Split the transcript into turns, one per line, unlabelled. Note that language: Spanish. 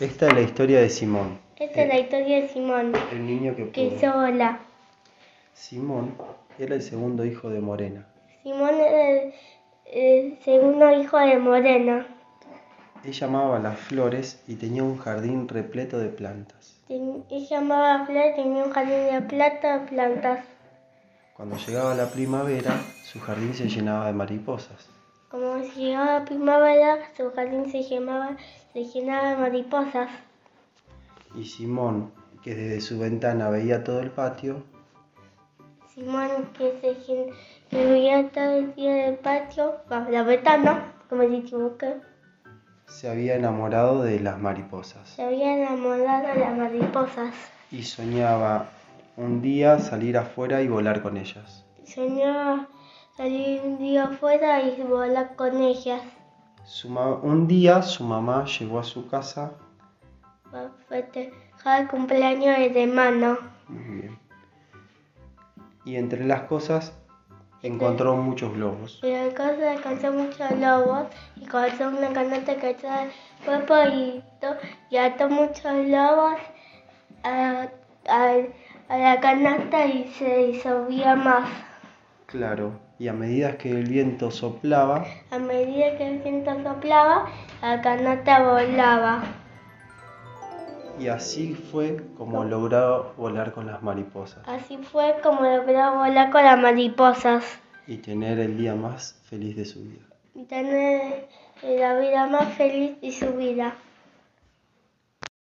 Esta es la historia de Simón,
Esta Este es
Eh.
la historia de Simón,
el niño que
que
pudo.
hizo hola.
Simón era el segundo hijo de Morena.
Simón era el, el segundo hijo de Morena.
Ella amaba las flores y tenía un jardín repleto de plantas.
Ten- Ella amaba flores, tenía un jardín de plata, plantas.
Cuando llegaba la primavera, su jardín se llenaba de mariposas.
Como si llegaba primavera, su jardín se llenaba, se llenaba de mariposas.
Y Simón, que desde su ventana veía todo el patio,
Simón que se llen- que vivía todo el día del patio, bajo la ventana, como si equivoqué,
se había enamorado de las mariposas
se había enamorado de las mariposas.
y soñaba un día salir afuera y volar con ellas.
Soñaba salir un día afuera y volar con ellas.
Su ma- un día su mamá llegó a su casa
Para festejar el cumpleaños del hermano.
Muy bien. Y entre las cosas encontró muchos globos.
Pero el caso alcanzó muchos lobos y alcanzó una canasta que estaba cuerpo y, to- y ató muchos lobos a, a- a la canasta y se disolvía más.
Claro, y a medida que el viento soplaba,
A medida que el viento soplaba, la canasta volaba.
y así fue como logró volar con las mariposas
Así fue como logró volar con las mariposas
y tener el día más feliz de su vida.
y tener la vida más feliz y su vida.